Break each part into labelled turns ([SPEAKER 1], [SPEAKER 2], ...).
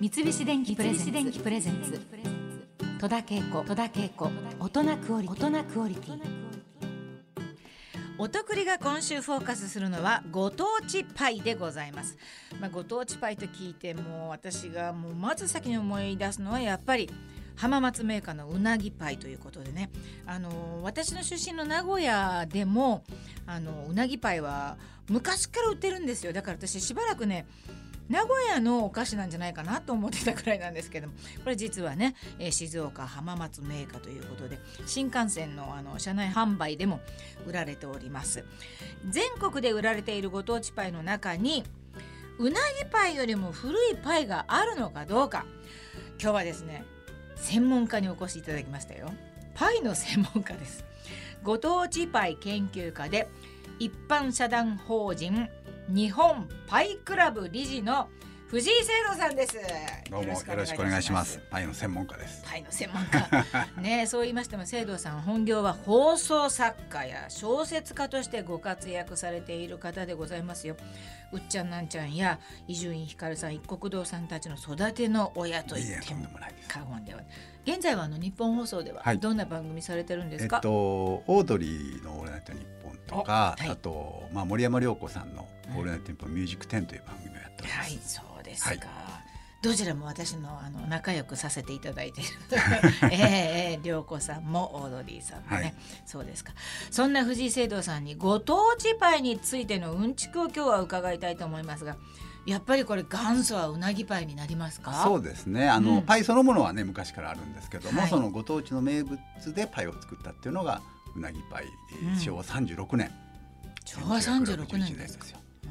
[SPEAKER 1] 三菱電機プレゼンツ戸田恵子戸田恵子大人クオリティ大人クオリティ
[SPEAKER 2] おとくりが今週フォーカスするのはご当地パイでございます、まあ、ご当地パイと聞いてもう私がもうまず先に思い出すのはやっぱり浜松メーカーのうなぎパイということでねあの私の出身の名古屋でもあのうなぎパイは昔から売ってるんですよだから私しばらくね名古屋のお菓子なんじゃないかなと思ってたくらいなんですけどもこれ実はね、えー静岡浜松メーカーということで新幹線のあの車内販売でも売られております全国で売られているご当地パイの中にうなぎパイよりも古いパイがあるのかどうか今日はですね専門家にお越しいただきましたよパイの専門家ですご当地パイ研究家で一般社団法人日本パイクラブ理事の藤井聖堂さんです
[SPEAKER 3] どうもよろしくお願いします。パイの専門家です。
[SPEAKER 2] パイの専門家ねそう言いましても聖堂さん本業は放送作家や小説家としてご活躍されている方でございますようっちゃんなんちゃんや伊集院光さん一国堂さんたちの育ての親とい
[SPEAKER 3] い
[SPEAKER 2] っ
[SPEAKER 3] え
[SPEAKER 2] て
[SPEAKER 3] とんで
[SPEAKER 2] も
[SPEAKER 3] もないです。
[SPEAKER 2] 過言では現在はあの日本放送では
[SPEAKER 3] はい
[SPEAKER 2] どんな番組されてるんで
[SPEAKER 3] え
[SPEAKER 2] す
[SPEAKER 3] っ
[SPEAKER 2] か、
[SPEAKER 3] とオードリーのオールナイトニッポンとか
[SPEAKER 2] おはい
[SPEAKER 3] あとまあ森山良子さんの
[SPEAKER 2] うん
[SPEAKER 3] オールナイトニッポンミュージック10という番組をやっておりま
[SPEAKER 2] はい
[SPEAKER 3] す。
[SPEAKER 2] そうですか、
[SPEAKER 3] はい
[SPEAKER 2] どちらも私のあの仲良くさせていただいている ええええ涼子さんもオードリーさんもね、
[SPEAKER 3] はい
[SPEAKER 2] そうですかそんな藤井聖堂さんにご当地パイについてのうんちくを今日は伺いたいと思いますがやっぱりこれ元祖はうなぎパイになりますか
[SPEAKER 3] そうですね。あの、
[SPEAKER 2] うん
[SPEAKER 3] パイそのものはね昔からあるんですけども、
[SPEAKER 2] はい
[SPEAKER 3] そのご当地の名物でパイを作ったっていうのがうなぎパイ、え
[SPEAKER 2] う
[SPEAKER 3] ー
[SPEAKER 2] ん
[SPEAKER 3] 昭和36年。
[SPEAKER 2] 昭和36年です
[SPEAKER 3] 1961
[SPEAKER 2] か
[SPEAKER 3] よ。
[SPEAKER 2] う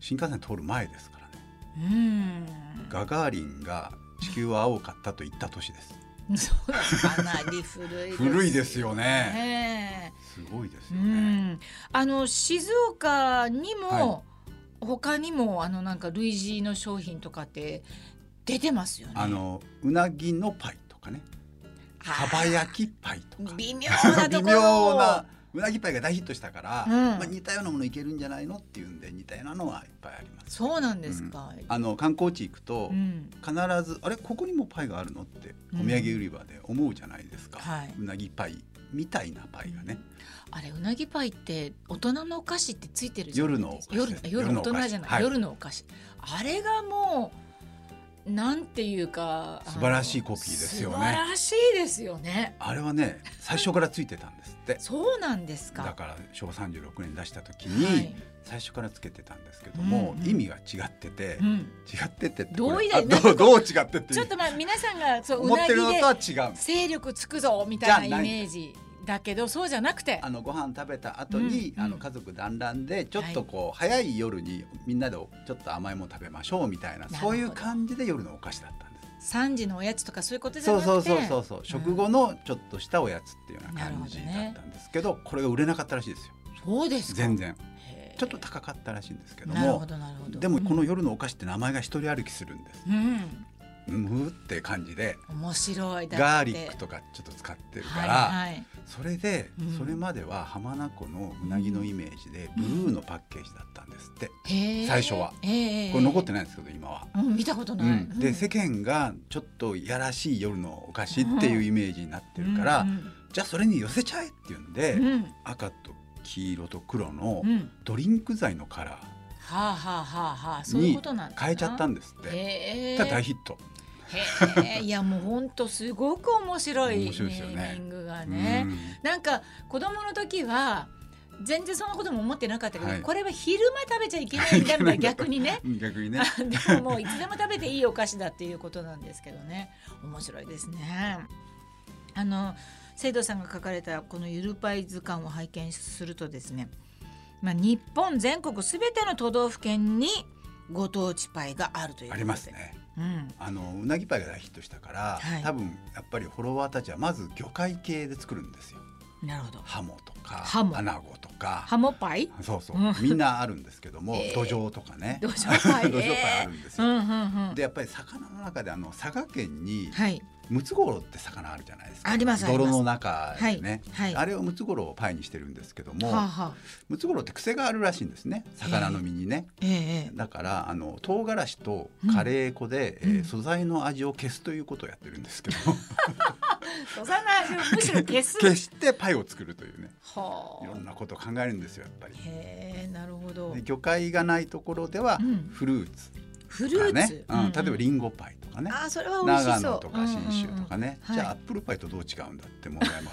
[SPEAKER 3] 新幹線通る前ですからね。
[SPEAKER 2] ん
[SPEAKER 3] ガガーリンが地球は青かったと言った年です。
[SPEAKER 2] うんそうかなり古い です
[SPEAKER 3] 古いですよね。
[SPEAKER 2] ねえ
[SPEAKER 3] すごいです
[SPEAKER 2] う
[SPEAKER 3] よね。
[SPEAKER 2] ん、あの静岡にも、
[SPEAKER 3] は
[SPEAKER 2] 他にもあのなんか類似の商品とかって出てますよね。
[SPEAKER 3] あのうなぎのパイとかね
[SPEAKER 2] あー
[SPEAKER 3] かば焼きパイとか
[SPEAKER 2] 微妙なと
[SPEAKER 3] 微
[SPEAKER 2] ころ
[SPEAKER 3] 妙なうなぎパイが大ヒットしたから、
[SPEAKER 2] うん
[SPEAKER 3] まあ、似たようなものいけるんじゃないのっていうんで似たようなのはいっぱいあります
[SPEAKER 2] そうなんですか。
[SPEAKER 3] あの観光地行くと、
[SPEAKER 2] うん、
[SPEAKER 3] 必ずあれここにもパイがあるのってお土産売り場で思うじゃないですか、
[SPEAKER 2] はいう
[SPEAKER 3] なぎパイみたいなパイがね、
[SPEAKER 2] あれうなぎパイって大人のお菓子ってついてるじゃん
[SPEAKER 3] 夜のお菓子
[SPEAKER 2] 夜
[SPEAKER 3] です
[SPEAKER 2] 夜大人じゃない、
[SPEAKER 3] はい
[SPEAKER 2] 夜のお菓子あれがもうなんていうかあの
[SPEAKER 3] 素晴らしいコピーですよね
[SPEAKER 2] 素晴らしいですよね
[SPEAKER 3] あれはね最初からついてたんですって
[SPEAKER 2] そうなんです
[SPEAKER 3] だ
[SPEAKER 2] か
[SPEAKER 3] から昭和36年出した時に、
[SPEAKER 2] はい
[SPEAKER 3] 最初からつけてたんですけども、
[SPEAKER 2] うんうん
[SPEAKER 3] 意味が違ってて、
[SPEAKER 2] う
[SPEAKER 3] 違
[SPEAKER 2] ん、
[SPEAKER 3] っててって
[SPEAKER 2] どう
[SPEAKER 3] これ
[SPEAKER 2] い
[SPEAKER 3] あ
[SPEAKER 2] う
[SPEAKER 3] どうどう違ってって
[SPEAKER 2] ちょっとまあ皆さんがそう
[SPEAKER 3] 思
[SPEAKER 2] う
[SPEAKER 3] っ
[SPEAKER 2] な
[SPEAKER 3] て
[SPEAKER 2] ぎ
[SPEAKER 3] るの
[SPEAKER 2] で
[SPEAKER 3] とは違うんです
[SPEAKER 2] 勢力つくぞみたい
[SPEAKER 3] じゃ
[SPEAKER 2] なイ
[SPEAKER 3] あない
[SPEAKER 2] メージだけどそうじゃなくて
[SPEAKER 3] あのご飯食べた後に、
[SPEAKER 2] うんうん
[SPEAKER 3] あの家族団らんでちょっとこう、早い夜にみんなでちょっと甘いもの食べましょうみたいな
[SPEAKER 2] るほど
[SPEAKER 3] そういう感じで夜のお菓子だったんです
[SPEAKER 2] 3時のおやつとかそういうことじゃ
[SPEAKER 3] そ
[SPEAKER 2] なく
[SPEAKER 3] う
[SPEAKER 2] て
[SPEAKER 3] そうそうそうそう食後のちょっとしたおやつっていうような感じ
[SPEAKER 2] な
[SPEAKER 3] だ
[SPEAKER 2] るほどね
[SPEAKER 3] ったんですけどこれが売れなかったらしいですよ
[SPEAKER 2] そうですか
[SPEAKER 3] 全然
[SPEAKER 2] へー
[SPEAKER 3] ちょっと高かったらしいんですけど
[SPEAKER 2] なるほ
[SPEAKER 3] も
[SPEAKER 2] どなるほど
[SPEAKER 3] でもこの夜のお菓子って名前が一人歩きするんです、
[SPEAKER 2] うん、うん
[SPEAKER 3] うん、むーって感じで
[SPEAKER 2] 面白いだって
[SPEAKER 3] ガーリックとかちょっと使ってるから、
[SPEAKER 2] はいはい
[SPEAKER 3] それで、
[SPEAKER 2] うん
[SPEAKER 3] それまでは浜名湖のうなぎのイメージでブルーのパッケージだったんですって、
[SPEAKER 2] へー
[SPEAKER 3] 最初は
[SPEAKER 2] えー
[SPEAKER 3] これ残ってないんですけど今は。
[SPEAKER 2] うん見たこと
[SPEAKER 3] う
[SPEAKER 2] ない、
[SPEAKER 3] ん、で世間がちょっといやらしい夜のお菓子っていうイメージになってるから、
[SPEAKER 2] うん
[SPEAKER 3] じゃあそれに寄せちゃえっていうんで、
[SPEAKER 2] うん
[SPEAKER 3] 赤と黄色と黒の
[SPEAKER 2] うんうん
[SPEAKER 3] ドリンク剤のカラ
[SPEAKER 2] はあはあはあはあそういう
[SPEAKER 3] ーに
[SPEAKER 2] ことなんだな
[SPEAKER 3] 変えちゃったんですって。
[SPEAKER 2] へ
[SPEAKER 3] そ
[SPEAKER 2] え
[SPEAKER 3] したら大ヒット、
[SPEAKER 2] へえいやもう本当すごく面白いネ
[SPEAKER 3] 面白いですよね
[SPEAKER 2] ーミングがね
[SPEAKER 3] うん
[SPEAKER 2] なんか子供の時は全然そんなことも思ってなかったけど、
[SPEAKER 3] はい
[SPEAKER 2] これは昼間食べちゃいけないん だみたいな逆にね
[SPEAKER 3] 逆にね
[SPEAKER 2] あ でももういつでも食べていいお菓子だっていうことなんですけどね面白いですね。あの聖堂さんが書かれたこの「ゆるパイ図鑑」を拝見するとですね、まあ、日本全国すべての都道府県にご当地パイがあるということで
[SPEAKER 3] あります、ね
[SPEAKER 2] うん、
[SPEAKER 3] あのうなぎパイが大ヒットしたから、
[SPEAKER 2] はい
[SPEAKER 3] 多分やっぱりフォロワーたちはまず魚介系で作るんですよ
[SPEAKER 2] なるほど
[SPEAKER 3] ハモとか
[SPEAKER 2] ハモ
[SPEAKER 3] アナゴとか
[SPEAKER 2] ハモパ イ
[SPEAKER 3] そうそう、
[SPEAKER 2] うん
[SPEAKER 3] みんなあるんですけども、
[SPEAKER 2] えー
[SPEAKER 3] 土壌とかね
[SPEAKER 2] 土壌パイ
[SPEAKER 3] 土壌パイあるんです
[SPEAKER 2] うんう
[SPEAKER 3] よ、
[SPEAKER 2] んうん
[SPEAKER 3] でやっぱり魚の中であの佐賀県に
[SPEAKER 2] はい
[SPEAKER 3] ムツゴロウって魚あるじゃないですか
[SPEAKER 2] ありますあります
[SPEAKER 3] 泥の中でね、
[SPEAKER 2] はいはい
[SPEAKER 3] あれをムツゴロウをパイにしてるんですけども、
[SPEAKER 2] はあ、はあ、
[SPEAKER 3] ムツゴロウって癖があるらしいんですね魚の身にね、
[SPEAKER 2] ええ
[SPEAKER 3] だからあの唐辛子とカレー粉で、
[SPEAKER 2] うん
[SPEAKER 3] えー
[SPEAKER 2] うん
[SPEAKER 3] 素材の味を消すということをやってるんです けど
[SPEAKER 2] ええ。幼いむしろ消す。
[SPEAKER 3] 消してパイを作るというね
[SPEAKER 2] はい
[SPEAKER 3] ろん
[SPEAKER 2] あ。
[SPEAKER 3] なことを考えるんですよやっぱり。
[SPEAKER 2] へえ、なるほど
[SPEAKER 3] で。魚介がないところでは
[SPEAKER 2] うん
[SPEAKER 3] フルーツ
[SPEAKER 2] フ
[SPEAKER 3] と
[SPEAKER 2] ル
[SPEAKER 3] か
[SPEAKER 2] ー
[SPEAKER 3] ね
[SPEAKER 2] ツ、。
[SPEAKER 3] うん例えばリ
[SPEAKER 2] ン
[SPEAKER 3] ンゴパイとかね
[SPEAKER 2] あー、それは美味
[SPEAKER 3] 長
[SPEAKER 2] しそう。
[SPEAKER 3] 野とか信州とかね、
[SPEAKER 2] うんうんうん
[SPEAKER 3] じゃあ
[SPEAKER 2] は
[SPEAKER 3] ア
[SPEAKER 2] い
[SPEAKER 3] ップルパイとどう違うんだって問題も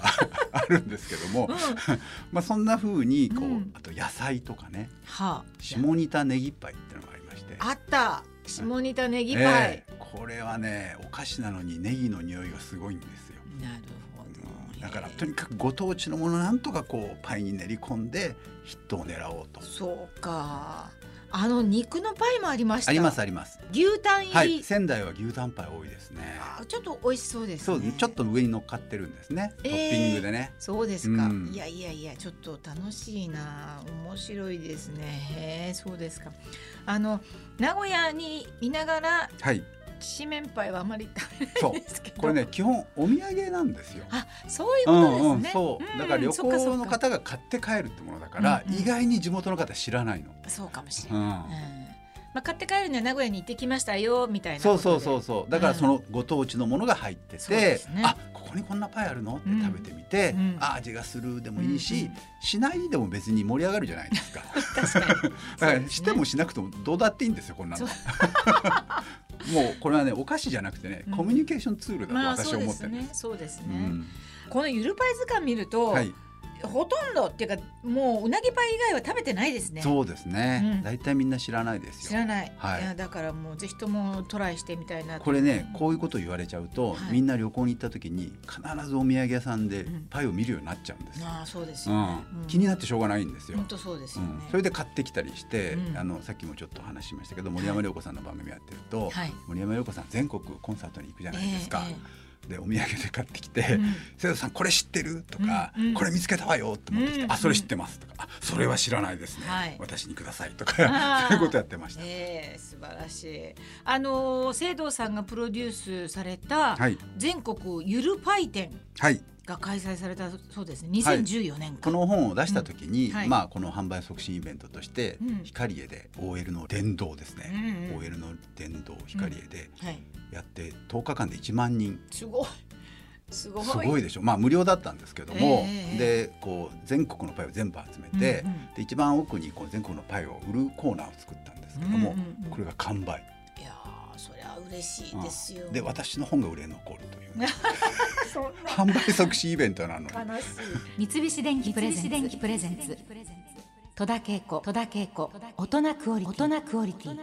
[SPEAKER 3] あるんですけども、
[SPEAKER 2] うんうんうん。うん
[SPEAKER 3] まあ、そんな風にこう、
[SPEAKER 2] うん
[SPEAKER 3] あと野菜とかね
[SPEAKER 2] はあ。
[SPEAKER 3] 下仁田ネギパイってのがありまして
[SPEAKER 2] あった。下仁田ネギパイ。
[SPEAKER 3] ええこれはねお菓子なのにネギの匂いがすごいんですよ。
[SPEAKER 2] なるほ
[SPEAKER 3] うん
[SPEAKER 2] ど。
[SPEAKER 3] だから
[SPEAKER 2] へえ
[SPEAKER 3] とにかくご当地のものなんとかこうパイに練り込んでヒットを狙おうと。
[SPEAKER 2] そうか。あの肉のパイもありました。
[SPEAKER 3] あります。あります。
[SPEAKER 2] 牛タン
[SPEAKER 3] は
[SPEAKER 2] 入り。
[SPEAKER 3] い、仙台は牛タンパイ多いですね。
[SPEAKER 2] あーちょっと美味しそうです
[SPEAKER 3] そ
[SPEAKER 2] ね。
[SPEAKER 3] う、ちょっと上に乗っかってるんですね。
[SPEAKER 2] ええ
[SPEAKER 3] トッピングでね。
[SPEAKER 2] そうですか、
[SPEAKER 3] うん
[SPEAKER 2] いやいやいやちょっと楽しいな面白いですねへえそうですかあの名古屋にいながら
[SPEAKER 3] はい。
[SPEAKER 2] 七面パイはあまり食べ
[SPEAKER 3] そ
[SPEAKER 2] な
[SPEAKER 3] う
[SPEAKER 2] いですけど
[SPEAKER 3] これね基本お土産なんですよ。
[SPEAKER 2] あそういう
[SPEAKER 3] う
[SPEAKER 2] ことです
[SPEAKER 3] んうん、
[SPEAKER 2] ね、
[SPEAKER 3] そう、だから旅
[SPEAKER 2] そっかそっ
[SPEAKER 3] 行
[SPEAKER 2] か
[SPEAKER 3] の方が買って帰るってものだから、
[SPEAKER 2] うんうん
[SPEAKER 3] 意外に地元の方知らないの。
[SPEAKER 2] そうかもしれ
[SPEAKER 3] う
[SPEAKER 2] ない、
[SPEAKER 3] ん
[SPEAKER 2] うんまあ、買って帰るには名古屋に行ってきましたよみたいなこ
[SPEAKER 3] そ
[SPEAKER 2] と
[SPEAKER 3] う
[SPEAKER 2] で
[SPEAKER 3] そうそうそう、だからそのご当地のものが入って
[SPEAKER 2] そう
[SPEAKER 3] て
[SPEAKER 2] です、ね
[SPEAKER 3] あ、ここにこんなパイあるのって
[SPEAKER 2] うん
[SPEAKER 3] 食べてみて、
[SPEAKER 2] うん
[SPEAKER 3] あ、味がするでもいいし、
[SPEAKER 2] うんうん
[SPEAKER 3] しないでも別に盛り上がるじゃないですか。
[SPEAKER 2] 確かに
[SPEAKER 3] だか
[SPEAKER 2] そうですね
[SPEAKER 3] らしてもしなくてもどうだっていいんですよ、こんなの。も うこれはね、お菓子じゃなくてね
[SPEAKER 2] うん、
[SPEAKER 3] コミュニケーションツールだと
[SPEAKER 2] まあそ
[SPEAKER 3] 私は
[SPEAKER 2] うで
[SPEAKER 3] 思っ
[SPEAKER 2] す
[SPEAKER 3] てるんで
[SPEAKER 2] ね
[SPEAKER 3] す。
[SPEAKER 2] そうです
[SPEAKER 3] う
[SPEAKER 2] ね、
[SPEAKER 3] ん
[SPEAKER 2] このゆるパイ図鑑見ると、
[SPEAKER 3] はい、
[SPEAKER 2] ほとんどっていうかもううなぎパイ以外は食べてないですね
[SPEAKER 3] そうです
[SPEAKER 2] うん
[SPEAKER 3] ね。大体みんな知らないですよ。
[SPEAKER 2] 知らない、
[SPEAKER 3] はい
[SPEAKER 2] いやだからもうぜひともトライしてみたいなと
[SPEAKER 3] これねこういうこと言われちゃうと、
[SPEAKER 2] はい
[SPEAKER 3] みんな旅行に行った時に必ずお土産屋さんで
[SPEAKER 2] うん
[SPEAKER 3] パイを見るようになっちゃうんですよ、
[SPEAKER 2] ああそうです
[SPEAKER 3] う
[SPEAKER 2] よ
[SPEAKER 3] ん
[SPEAKER 2] ね、うん
[SPEAKER 3] 気になってしょうがないんですよ
[SPEAKER 2] 本。当そうです
[SPEAKER 3] う
[SPEAKER 2] よね、
[SPEAKER 3] ん、それで買ってきたりして、
[SPEAKER 2] うん
[SPEAKER 3] あのさっきもちょっと話しましたけど
[SPEAKER 2] い
[SPEAKER 3] 森山良子さんの番組やってると、
[SPEAKER 2] はい
[SPEAKER 3] 森山良子さん全国コンサートに行くじゃないですか、
[SPEAKER 2] え
[SPEAKER 3] でお土産で買ってきて
[SPEAKER 2] えええうん
[SPEAKER 3] 「生、徒、さんこれ知ってる?」とか、
[SPEAKER 2] うんうん
[SPEAKER 3] これ見つけたわよ」と持ってきて「
[SPEAKER 2] うん
[SPEAKER 3] あそれ知ってます」とか「あそれは知らないですね、
[SPEAKER 2] はい
[SPEAKER 3] 私にください」と
[SPEAKER 2] あ
[SPEAKER 3] か
[SPEAKER 2] ー
[SPEAKER 3] そういうことやってました。
[SPEAKER 2] ええ素晴らしいあのー聖堂さんがプロデュースされた
[SPEAKER 3] はい、
[SPEAKER 2] 全国ゆるパイ展
[SPEAKER 3] はい
[SPEAKER 2] が開催されたそうですね2014年
[SPEAKER 3] こ
[SPEAKER 2] か、
[SPEAKER 3] の本を出した時に、
[SPEAKER 2] うんはい
[SPEAKER 3] まあ、この販売促進イベントとして、
[SPEAKER 2] うん
[SPEAKER 3] 光栄で OL の伝道ですね、
[SPEAKER 2] うんうん
[SPEAKER 3] OL の伝道光栄で
[SPEAKER 2] はい
[SPEAKER 3] やって10日間で1万人
[SPEAKER 2] すごいすごい
[SPEAKER 3] すごいでしょ、まあ、無料だったんですけども、
[SPEAKER 2] ええ
[SPEAKER 3] でこう全国のパイを全部集めて、
[SPEAKER 2] うんうん
[SPEAKER 3] で一番奥にこう全国のパイを売るコーナーを作ったんですけども、
[SPEAKER 2] うんうんうん
[SPEAKER 3] これが完売
[SPEAKER 2] いやーそりゃ嬉しいですよ、
[SPEAKER 3] で私の本が売れ残るというね
[SPEAKER 2] そんな
[SPEAKER 3] 販売促進イベントなのに
[SPEAKER 2] 悲しい
[SPEAKER 1] 三菱電機プレゼンツ
[SPEAKER 4] 三菱電機プレゼンツ
[SPEAKER 1] 戸田恵子戸田恵子大人クオリティ大人クオリティ